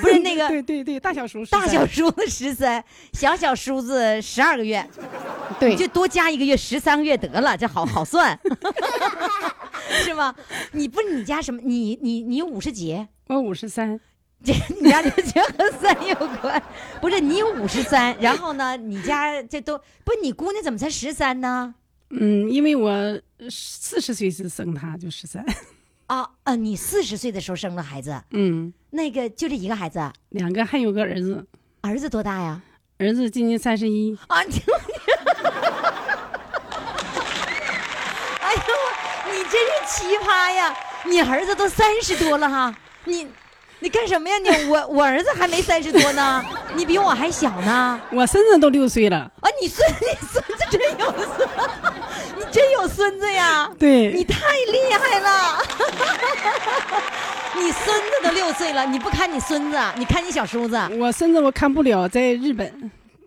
B: 不是那个
H: 对对对，大小叔，
B: 大小叔子十三，小小叔子十二个月，
H: 对
B: 你就多加一个月，十三个月得了，这好好算， 是吗？你不是你家什么？你你你五十几？
H: 我五十三，
B: 这 你家就觉得和三有关，不是你五十三，然后呢，你家这都不是你姑娘怎么才十三呢？
H: 嗯，因为我四十岁是生他，就十三，
B: 啊呃，你四十岁的时候生了孩子，
H: 嗯，
B: 那个就这一个孩子，
H: 两个还有个儿子，
B: 儿子多大呀？
H: 儿子今年三十一，
B: 啊，你， 哎呦，你真是奇葩呀！你儿子都三十多了哈，你你干什么呀你？我我儿子还没三十多呢，你比我还小呢。
H: 我孙子都六岁了，
B: 啊，你孙 你孙子真有孙，你真有孙子呀！你
H: 对，
B: 太厉害了！ 你孙子都六岁了，你不看你孙子，啊你看你小叔子，
H: 我孙子我看不了，在日本，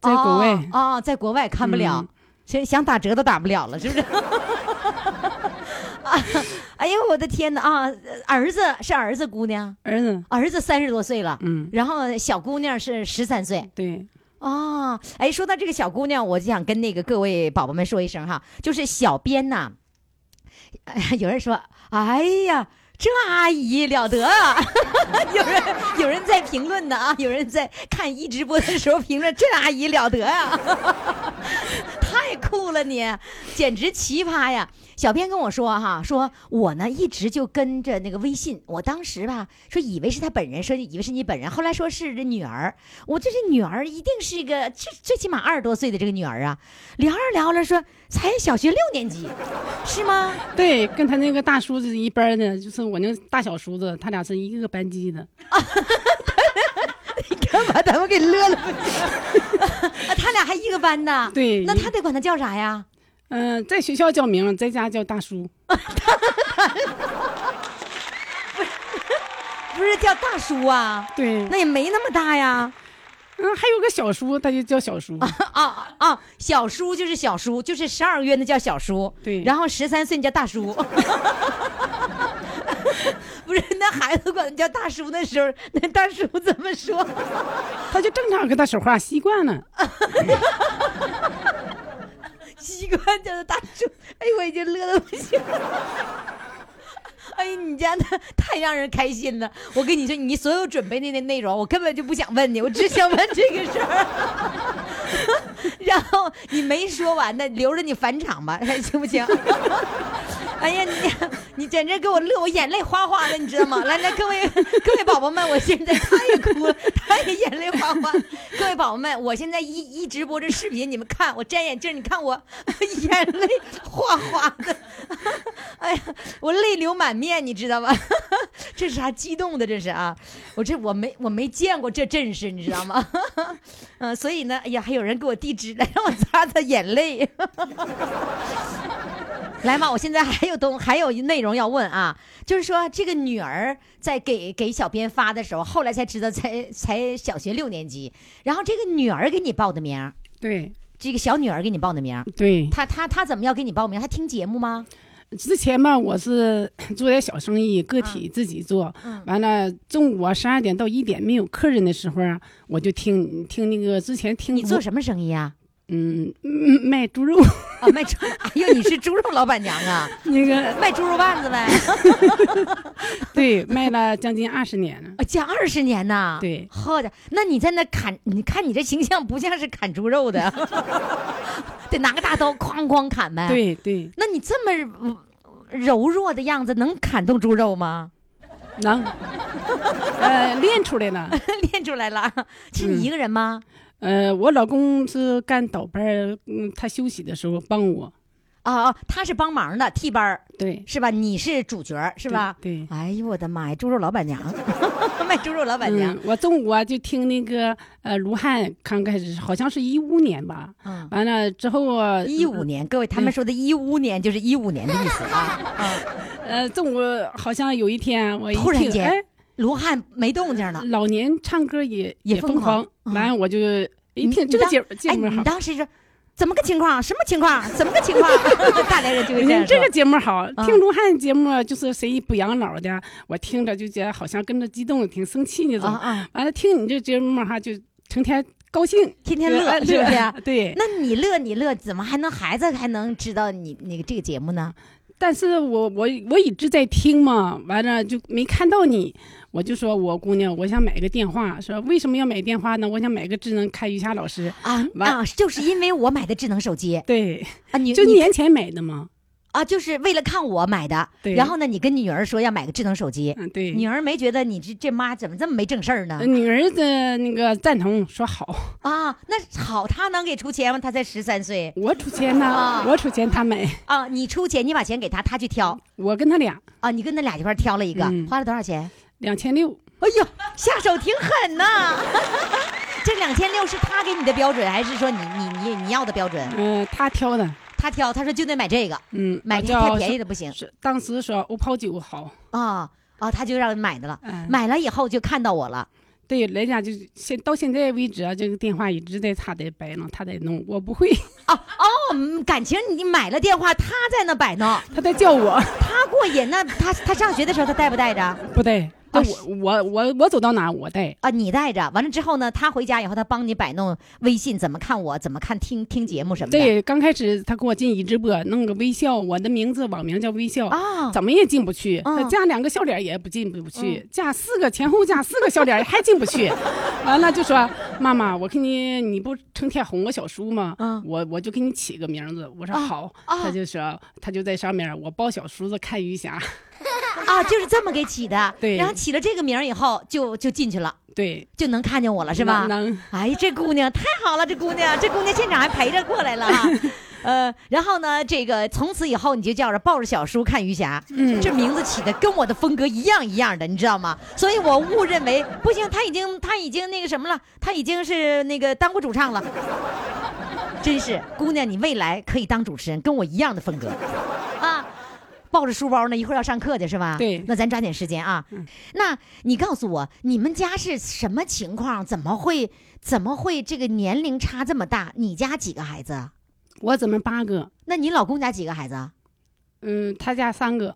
H: 在国外，
B: 哦哦在国外看不了
H: 嗯，
B: 想、想打折都打不了了，是不是？ 啊哎呦，我的天哪！啊，儿子是儿子，姑娘，
H: 儿子，
B: 儿子三十多岁了，
H: 嗯，
B: 然后小姑娘是十三岁，
H: 对，
B: 哦，哎，说到这个小姑娘，我就想跟那个各位宝宝们说一声哈，就是小编呐、 哎有人说，哎呀。这阿姨了得啊！ 有人有人在评论呢啊，有人在看一直播的时候评论，这阿姨了得啊！ 太酷了你，简直奇葩呀！小编跟我说哈，说我呢一直就跟着那个微信，我当时吧说以为是他本人，说以为是你本人，后来说是这女儿，我这是女儿一定是个最最起码二十多岁的这个女儿啊，聊着聊着说才小学六年级，是 吗？
H: 对，跟他那个大叔子一班的，就是我那大小叔子，他俩是一个班级的。
B: 干嘛咱们给乐了不 行？啊，他俩还一个班呢，
H: 对
B: 那他得管他叫啥呀？
H: 嗯、在学校叫名，在家叫大叔。
B: 不是叫大叔啊？
H: 对，嗯、
B: 那也没那么大 呀。
H: 还有个小叔，他就叫小叔。
B: 啊啊！小叔就是小叔，就是十二个月那叫小叔，
H: 对
B: 然后十三岁那叫大 叔。不是，那孩子管他叫大叔的时候，那大叔怎么说？
H: 他就正常跟他说话，习惯了。
B: 机关叫做大柱，哎，我已经乐得不行了。哎，你家的太让人开心了！我跟你说，你所有准备的那内容，我根本就不想问你，我只想问这个事儿。 然后你没说完呢，留着你返场吧，看行不行？ 哎呀，你你简直给我乐，我眼泪哗哗的，你知道吗？来来，各位各位宝宝们，我现在太哭了，太眼泪哗哗。各位宝宝们，我现在一一直播这视频，你们看我摘眼镜，你看我 眼泪哗哗的， 哎呀，我泪流满面，你知道吗？ 这是啥激动的？这是啊，我这我没我没见过这阵势，你知道吗？ 嗯，所以呢，哎呀，还有人给我递纸来让我擦擦眼泪。来嘛，我现在还有东 还有内容要问啊，就是说这个女儿在给给小编发的时候，后来才知道才才小学六年级，然后这个女儿给你报的名儿，
H: 对
B: 这个小女儿给你报的名儿，
H: 对，
B: 她她她怎么要给你报名？她听节目吗？
H: 之前吧，我是做点小生意，
B: 嗯
H: 个体自己做。完了，中午啊，十二点到一点没有客人的时候啊，我就听听那个之前听
B: 你做
H: 我
B: 什么生意啊？
H: 嗯嗯卖猪肉
B: 啊，卖猪， 哎呦，你是猪肉老板娘啊，
H: 那个
B: 卖猪肉腕子呗，
H: 对卖了将近二十年了。
B: 啊 讲二十年呐。
H: 对
B: 好的，那你在那砍，你看你这形象不像是砍猪肉的， 得拿个大刀哐哐砍呗。，
H: 对对，
B: 那你这么嗯柔弱的样子，能砍动猪肉吗？
H: 能，呃，练出来了。
B: 练出来了，是你一个人吗？
H: 呃，我老公是干倒班儿，嗯，他休息的时候帮我。
B: 啊，哦他是帮忙的替班儿
H: 对，
B: 是吧？你是主角儿是吧？
H: 对对
B: 哎呦我的妈呀，猪肉老板娘， 卖猪肉老板娘
H: 嗯，，我中午啊就听那个呃卢汉刚开始，好像是一五年吧。
B: 嗯。
H: 完了之后啊，
B: 一五年，各位，他们说的一五年就是一五年的意思 啊。
H: 呃，中午好像有一天我一
B: 突然
H: 听
B: 间
H: 哎，
B: 卢汉没动静了。
H: 老年唱歌也
B: 也
H: 疯
B: 疯狂嗯
H: 狂，完了我就一听
B: 你
H: 这个
B: 你
H: 节
B: 当
H: 目节目
B: 哎，你
H: 好，
B: 当时是怎么个情况？什么情况？怎么个情况？ 大连人就会这
H: 嗯
B: 样
H: 这
B: 说
H: 个节目好，
B: 嗯
H: 听卢汉节目啊就是呃谁不养老的，我听着就觉得好像跟着激动，挺生气那种
B: 啊。啊，
H: 完了听你这节目哈，就成天高兴，
B: 天天乐
H: 哎
B: 是不是？
H: 对，
B: 那你乐你乐，怎么还能孩子还能知道你那个这个节目呢？
H: 但是我我我一直在听嘛，完了就没看到你，我就说我姑娘，我想买个电话，说为什么要买电话呢？我想买个智能看瑜伽老师，
B: 啊
H: 完
B: 啊，就是因为我买的智能手机
H: 对，
B: 啊，你
H: 就
B: 你
H: 年前买的嘛，
B: 啊，就是为了看我买的。
H: 对
B: 然后呢，你跟女儿说要买个智能手机，
H: 嗯，对，
B: 女儿没觉得你这这妈怎么这么没正事儿呢
H: 呃？女儿的那个赞同说好，
B: 啊，那好，她能给出钱吗？她才十三岁
H: 我出钱呐
B: 啊，
H: 我出钱，她买，
B: 啊，你出钱，你把钱给她，她去挑
H: 我跟她俩
B: 啊，你跟那俩一块儿挑了一个，
H: 嗯
B: 花了多少钱？
H: 两千六，
B: 哎呦，下手挺狠呐、 这两千六是他给你的标准，还是说你你你你要的标准？
H: 嗯，她挑的，
B: 他挑，他说就得买这个，
H: 嗯，
B: 买
H: 我
B: 这个
H: 叫
B: 太便宜的不行
H: 是当时说欧泡酒好，
B: 啊啊，他就让你买的了。
H: 嗯，
B: 买了以后就看到我了，
H: 对，人家就现到现在为止啊，这个电话一直在她在摆弄，她在弄，我不会，
B: 哦，嗯感情你买了电话，他在那摆弄，
H: 她在叫我。
B: 他过瘾。那他他上学的时候，他带不带着
H: 不带，但
B: 是
H: 我我我我走到哪我带，
B: 啊？你带着，完了之后呢，他回家以后，他帮你摆弄微信，怎么看我，怎么看听听节目什么的。
H: 对，刚开始他给我进一直播，弄个微笑，我的名字网名叫微笑，
B: 啊，
H: 怎么也进不去，
B: 嗯
H: 再加两个笑脸也不进不去，加四个前后加四个笑脸还进不 去，完了就说妈妈，我给你，你不成天哄我小叔吗？
B: 嗯
H: 我我就给你起个名字，我说
B: 啊
H: 好，
B: 啊
H: 他就说他就在上面，我包小叔子看鱼侠，
B: 啊，就是这么给起的。
H: 对
B: 然后起了这个名儿以后，就就进去了。
H: 对，
B: 就能看见我了，啊是吧？
H: 能能
B: 哎，这姑娘太好了，这姑娘，这姑娘现场还陪着过来了啊。呃，然后呢，这个从此以后你就叫着抱着小叔看余霞，嗯，这名字起的跟我的风格一样一样的，你知道吗？所以我误认为不行，他已经他已经那个什么了，他已经是那个当过主唱了。真是，姑娘，你未来可以当主持人，跟我一样的风格啊！抱着书包呢，一会儿要上课去是吧？
H: 对
B: 那咱抓紧时间啊。那你告诉我，你们家是什么情况？怎么会怎么会这个年龄差这么大？你家几个孩子啊？
H: 我怎么八个，
B: 那你老公家几个孩子啊？
H: 嗯，他家三个，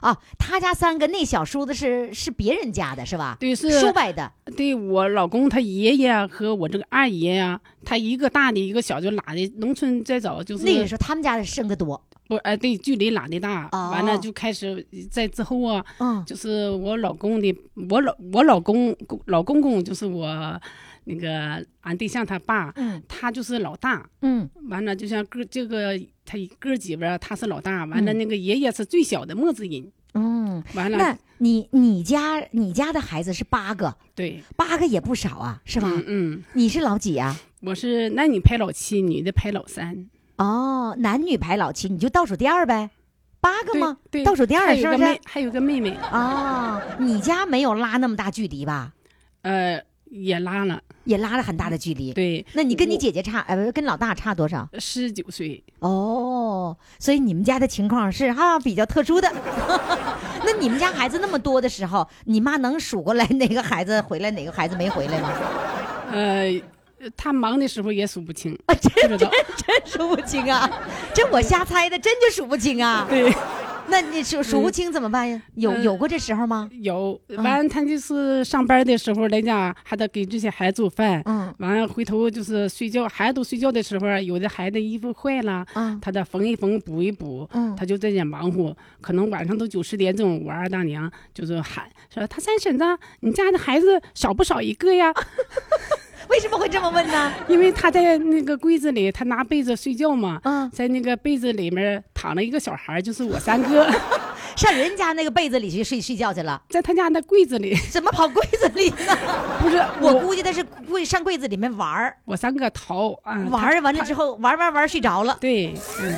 B: 啊，他家三个，那小叔子是是别人家的，是吧？
H: 对是
B: 叔伯的，
H: 对我老公他爷爷和我这个二爷呀、他一个大的，一个小，就拉的农村再早就是
B: 那个时候他们家的生的多，
H: 不哎、对，距离拉的大，
B: 哦
H: 完了就开始在之后啊，
B: 嗯，
H: 就是我老公的，我老我老公老公公就是我那个俺对象他爸，
B: 嗯
H: 他就是老大，
B: 嗯，
H: 完了就像哥这个他哥几个他是老大，完了
B: 嗯
H: 那个爷爷是最小的墨子人，
B: 嗯，
H: 完了
B: 那你你家你家的孩子是八个，
H: 对
B: 八个也不少啊，是吧？
H: 嗯嗯，
B: 你是老几啊？
H: 我是男女排老七，女的排老三，
B: 哦，男女排老七，你就倒数第二呗，八个
H: 对
B: 吗？
H: 对，
B: 倒数第
H: 还
B: 二
H: 有
B: 是
H: 个
B: 不是
H: 妹？，还有个妹妹，
B: 哦，你家没有拉那么大距离吧？
H: 呃，也拉了，
B: 也拉了很大的距离。
H: 对，
B: 那你跟你
H: 我
B: 姐姐差，呃，不是跟老大差多少？
H: 十九岁，
B: 哦，所以你们家的情况是哈、比较特殊 的。那你们家孩子那么多的时候，你妈能数过来哪个孩子回来，哪个孩子没 回来吗？
H: 呃，他忙的时候也数不清，
B: 啊，真
H: 不知道，
B: 真数不清啊，这我瞎猜的，真就数不清啊。
H: 对。
B: 那你数数不清怎么办呀？有
H: 嗯
B: 有过这时候吗？
H: 有，
B: 嗯
H: 完他就是上班的时候来家，还得给这些孩子做饭。
B: 嗯
H: 完了回头就是睡觉，孩子都睡觉的时候，有的孩子衣服坏了，
B: 嗯
H: 他得缝一缝、补一补。
B: 嗯
H: 他就在家忙活，可能晚上都九十点钟，我二大娘就是喊说：“他三婶子，你家的孩子少不少一个呀？
B: 为什么会这么问呢？
H: 因为他在那个柜子里，他拿被子睡觉嘛，
B: 嗯
H: 在那个被子里面躺了一个小孩儿，就是我三哥，
B: 上人家那个被子里去睡睡觉去了，
H: 在他家那柜子里，
B: 怎么跑柜子里呢？
H: 不是
B: 我
H: 我
B: 估计他是柜上柜子里面玩儿，
H: 我三哥逃啊，他
B: 玩儿完了之后玩儿玩儿玩儿睡着了，
H: 对，嗯。”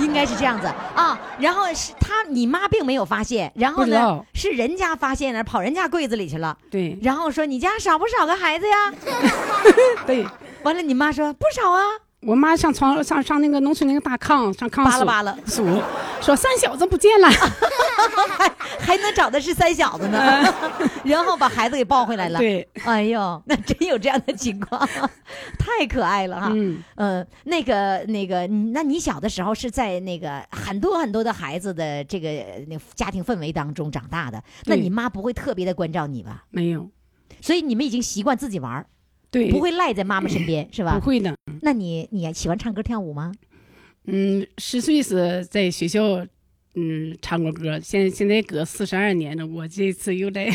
B: 应该是这样子啊。然后是他你妈并没有发现，然后
H: 不知
B: 呢
H: 道
B: 是人家发现了，跑人家柜子里去了，
H: 对
B: 然后说你家少不少个孩子呀？
H: 对，
B: 完了你妈说不少啊，
H: 我妈上床上上那个农村那个大炕上炕
B: 扒拉
H: 数
B: 扒拉，啊
H: 数，说三小子不见了，
B: 还还能找的是三小子呢，然后把孩子给抱回来了。
H: 对，
B: 哎呦，那真有这样的情况， 太可爱了哈。
H: 嗯，
B: 呃，那个那个，你那你小的时候是在那个很多很多的孩子的这个呃那个家庭氛围当中长大的，那
H: 对
B: 你妈不会特别的关照你吧？
H: 没有，
B: 所以你们已经习惯自己玩儿，
H: 对，
B: 不会赖在妈妈身边，是吧
H: 不？会的，
B: 那你你喜欢唱歌跳舞吗？
H: 嗯，十岁时在学校，嗯，唱过歌，现现在隔四十二年了，我这次又 来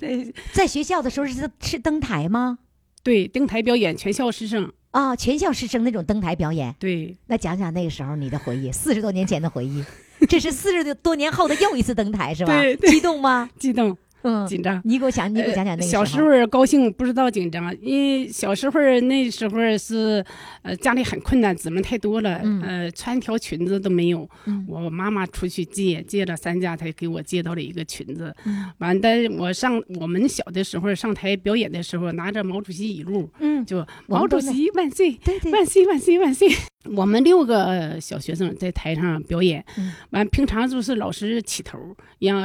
H: 来
B: 在学校的时候是是登台吗？
H: 对登台表演，全校师生，
B: 啊、全校师生那种登台表演，
H: 对
B: 那讲讲那个时候你的回 忆，四十多年前的回忆，这是四十多年后的又一次登台是吧？
H: 对对
B: 激 动吗？
H: 激动
B: 嗯，
H: 紧张。
B: 你给我讲，你给我讲讲那个
H: 呃小
B: 时
H: 时候儿高兴不知道紧张，因为小时候儿那时候儿是，呃，家里很困难，姊妹太多了，
B: 嗯
H: 呃，穿条裙子都没有。
B: 嗯
H: 我妈妈出去借，借了三家才给我借到了一个裙子。
B: 嗯
H: 完，但是我上我们小的时候儿上台表演的时候，拿着毛主席语录，
B: 嗯，
H: 就
B: 我们
H: 毛
B: 都
H: 主
B: 在
H: 席万岁。
B: 对对，
H: 万岁万岁万岁！我们六个呃小学生在台上表演
B: 嗯，
H: 完、平常就是老师起头，让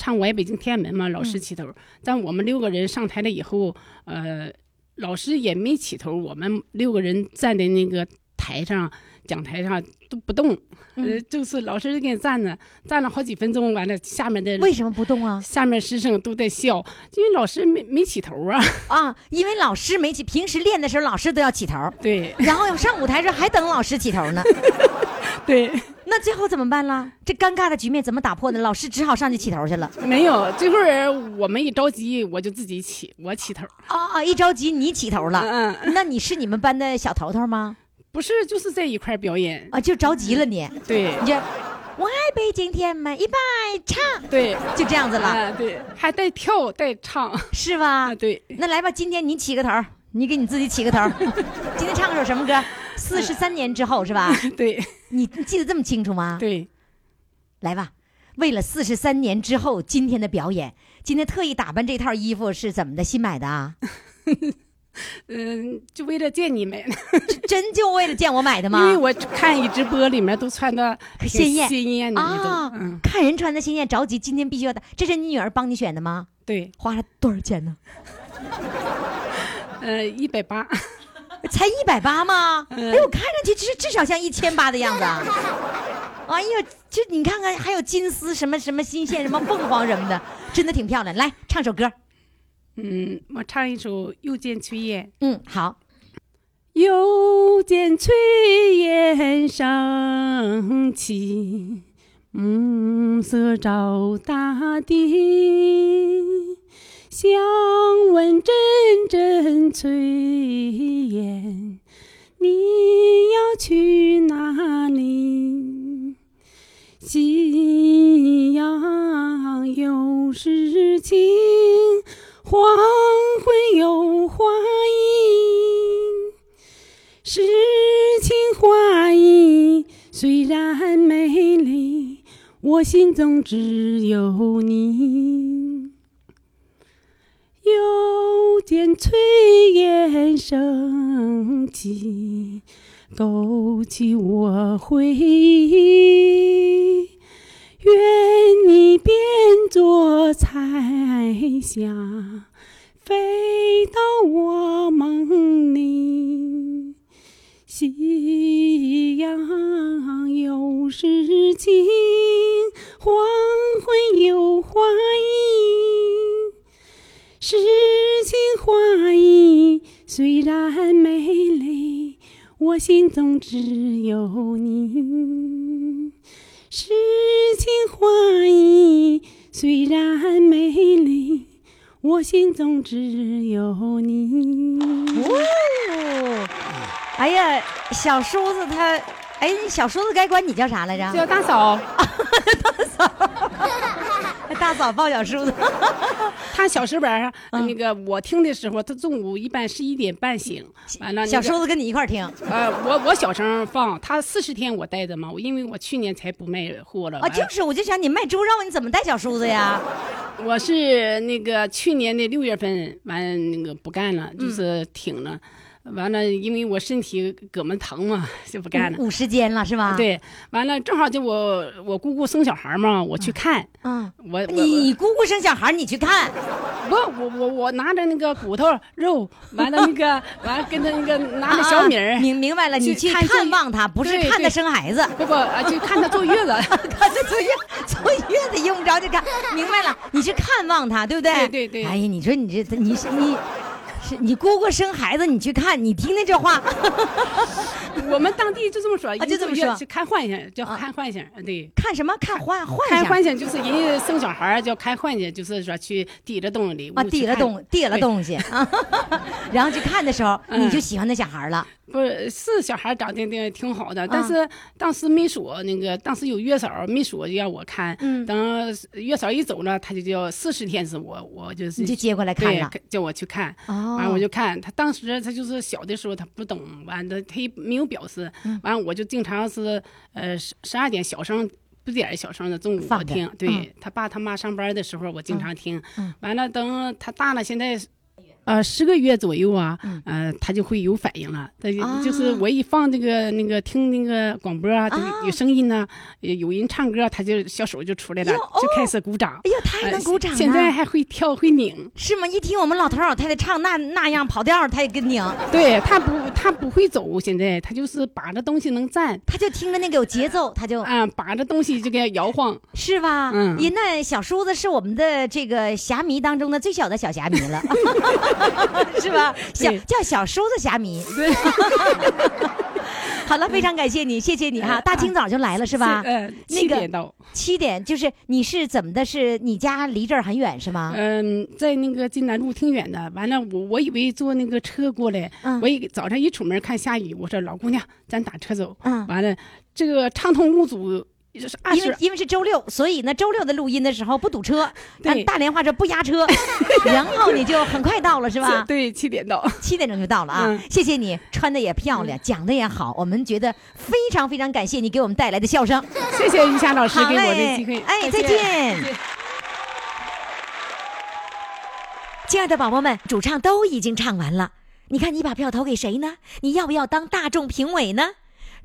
H: 唱《我爱北京天安门》嘛，老
B: 嗯
H: 师起头。但我们六个人上台了以后，呃，老师也没起头，我们六个人站在那个台上讲台上都不动，呃，就是老师就给你站着，站了好几分钟，完了下面的
B: 为什么不 动啊？
H: 下面师生都在笑，因为老师没没起头 啊。
B: 啊，因为老师没起，平时练的时候老师都要起 头儿，
H: 对
B: 然后上舞台时候还等老师起头呢。
H: 对。
B: 那最后怎么办啦？这尴尬的局面怎么打破呢？老师只好上去起头去了。
H: 没有，这会儿我们一着急，我就自己起，我起头。
B: 啊啊！一着急你起头了，
H: 嗯嗯，
B: 那你是你们班的小头头吗？
H: 不是，就是在一块儿表演。
B: 啊，就着急了你，
H: 对
B: 你这我爱北京天安门一百唱，
H: 对，
B: 就这样子了，
H: 啊对，还带跳带唱
B: 是吧
H: 啊，？对，
B: 那来吧，今天你起个头儿，你给你自己起个头儿。今天唱首什么歌？四十三年之后是吧？
H: 对
B: 你你记得这么清楚吗？
H: 嗯对，
B: 来吧，为了四十三年之后今天的表演，今天特意打扮这套衣服是怎么的？新买 的啊？
H: 嗯，就为了见你们，
B: 真就为了见我买的
H: 因
B: 吗？
H: 为我看一直播里面都穿的挺
B: 鲜艳
H: 鲜艳的
B: 啊
H: 都，嗯，
B: 看人穿的鲜艳，着急，今天必须要的。这是你女儿帮你选的吗？
H: 对，
B: 花了多少钱呢？
H: 呃，一百八，嗯 哎
B: 才一百八吗？哎呦，我看上去至至少像一千八的样子啊！哎呦，就你看看，还有金丝什么什么新线什么凤凰什么的，真的挺漂亮。来唱首歌，
H: 嗯，我唱一首《又见炊烟》。
B: 嗯，好。
H: 又见炊烟升起，暮色照大地。想问阵阵炊烟，你要去哪里？夕阳有诗情，黄昏有画意。诗情画意虽然美丽，我心中只有你。又见炊烟升起，勾起我回忆。愿你变作彩霞，飞到我梦里。夕阳有诗情，黄昏有画意。诗情画意虽然美丽，我心中只有你。诗情画意虽然美丽，我心中只有你。
B: 哦，哎呀，小叔子他，哎，小叔子该管你叫啥来着？
H: 叫大嫂，
B: 大嫂抱小叔子。
H: 她小时本儿啊
B: 嗯
H: 那个我听的时候，她中午一般十一点半醒，完了那
B: 小
H: 个
B: 叔子跟你一块儿听
H: 呃，我我小声放，她四十天我带着嘛，我因为我去年才不卖货了
B: 啊，就是我就想你卖猪肉，你怎么带小叔子呀？
H: 我是那个去年的六月份完那个不干了，
B: 嗯
H: 就是挺了，完了因为我身体胳膊疼嘛， 就不干了。
B: 五十间了是吧？，
H: 对，完了正好就我我姑姑生小孩嘛，我去看，
B: 嗯，
H: 我我
B: 你姑姑生小孩，你去看，
H: 我我我我拿着那个骨头肉，完了那个完了跟他那个拿着小米儿，
B: 啊明明白了，你
H: 去
B: 去
H: 看
B: 看望他，不是
H: 对
B: 看他
H: 对
B: 生孩子。
H: 不不啊，就看他坐月子。
B: 看这坐月坐月子用不着就看，明白了，你去看望他，对不对？
H: 对对对
B: 哎呀，你说你这你是你。是你姑姑生孩子，你去看，你听听这话，
H: 我们当地就这么说，
B: 啊就这么
H: 一坐月
B: 说
H: 子去看幻想，叫看幻想，对。
B: 看什么看幻幻
H: 开
B: 想啊
H: 幻想就是人家生小孩儿叫开幻想，就是说去提着东西
B: 啊，
H: 屋
B: 递
H: 去
B: 了
H: 看
B: 东递了
H: 对
B: 东西， 然后去看的时候，
H: 嗯
B: 你就喜欢那小孩了，
H: 不是是小孩长得挺挺好
B: 啊
H: 的，但是当时没说那个，当时有月嫂，没说就让我看。
B: 嗯
H: 等月嫂一走了，他就叫四十天是我，我就是
B: 你就接过来看
H: 对
B: 了。
H: 叫我去看。完了
B: 哦
H: 我，就看他当时他就是小的时候他不懂，完了他也没有表示，
B: 嗯
H: 完了我就经常是呃十十二点小声不点儿小声的中午
B: 放
H: 我
B: 着
H: 听，对、
B: 嗯
H: 他爸他妈上班的时候我经常听，完了等他大了现在。呃，十个月左右啊，呃，他就会有反应了。他就
B: 嗯啊
H: 就是我一放这个那个听那个广播啊，就
B: 啊
H: 有有声音呢、有有人唱歌，他就小手就出来了，
B: 哟哦
H: 就开始鼓掌。呃
B: 哎呦，他还能鼓掌呢，啊
H: 现在还会跳会拧。
B: 是吗？一听我们老头老太太唱那那样跑调，他也跟拧，
H: 对他不，他不会走，现在他就是把着东西能站，
B: 他就听着那个有节奏，他就
H: 啊、把着东西就给它摇晃。
B: 是吧？
H: 嗯
B: 咦，那小叔子是我们的这个侠迷当中的最小的小侠迷 了，是吧？小
H: 对
B: 叫小叔子侠迷。
H: 对，
B: 好了，非常感谢你，谢谢你
H: 嗯
B: 哈，大清早就来了是吧？
H: 呃，
B: 那
H: 七
B: 个
H: 点到，
B: 七点就是你是怎么的？是你家离这儿很远是吗？
H: 嗯、在那个金南路挺远的。完了，我我以为坐那个车过来，
B: 嗯
H: 我一早上一出门看下雨，我说老姑娘，咱打车走。
B: 嗯
H: 完了，这个畅通无阻，就是二
B: 因为
H: 十
B: 因为是周六，所以呢，周六的录音的时候不堵车，
H: 对
B: 按大连话说不 压车，然后你就很快到了是吧？
H: 对，七点到。
B: 七点钟就到了啊！
H: 嗯
B: 谢谢你，穿的也漂亮，讲的也好，我们觉得非常非常感谢你给我们带来的笑声。
H: 谢谢于霞老师
B: 好
H: 给我
B: 嘞
H: 的机会。
B: 哎，再见。亲爱的宝宝们，主唱都已经唱完了，你看你把票投给谁呢？你要不要当大众评委呢？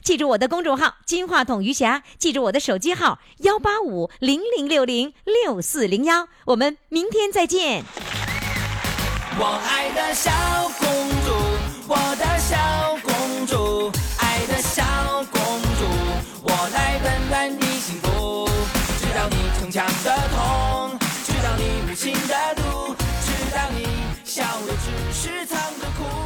B: 记住我的公众号“金话筒余霞”，记住我的手机号幺八五零零六零六四零幺。我们明天再见。
I: 我爱的小公主，我的小公主，爱的小公主，我来温暖你幸福。知道你逞强的痛，知道你无情的毒，知道你笑的只是藏着哭。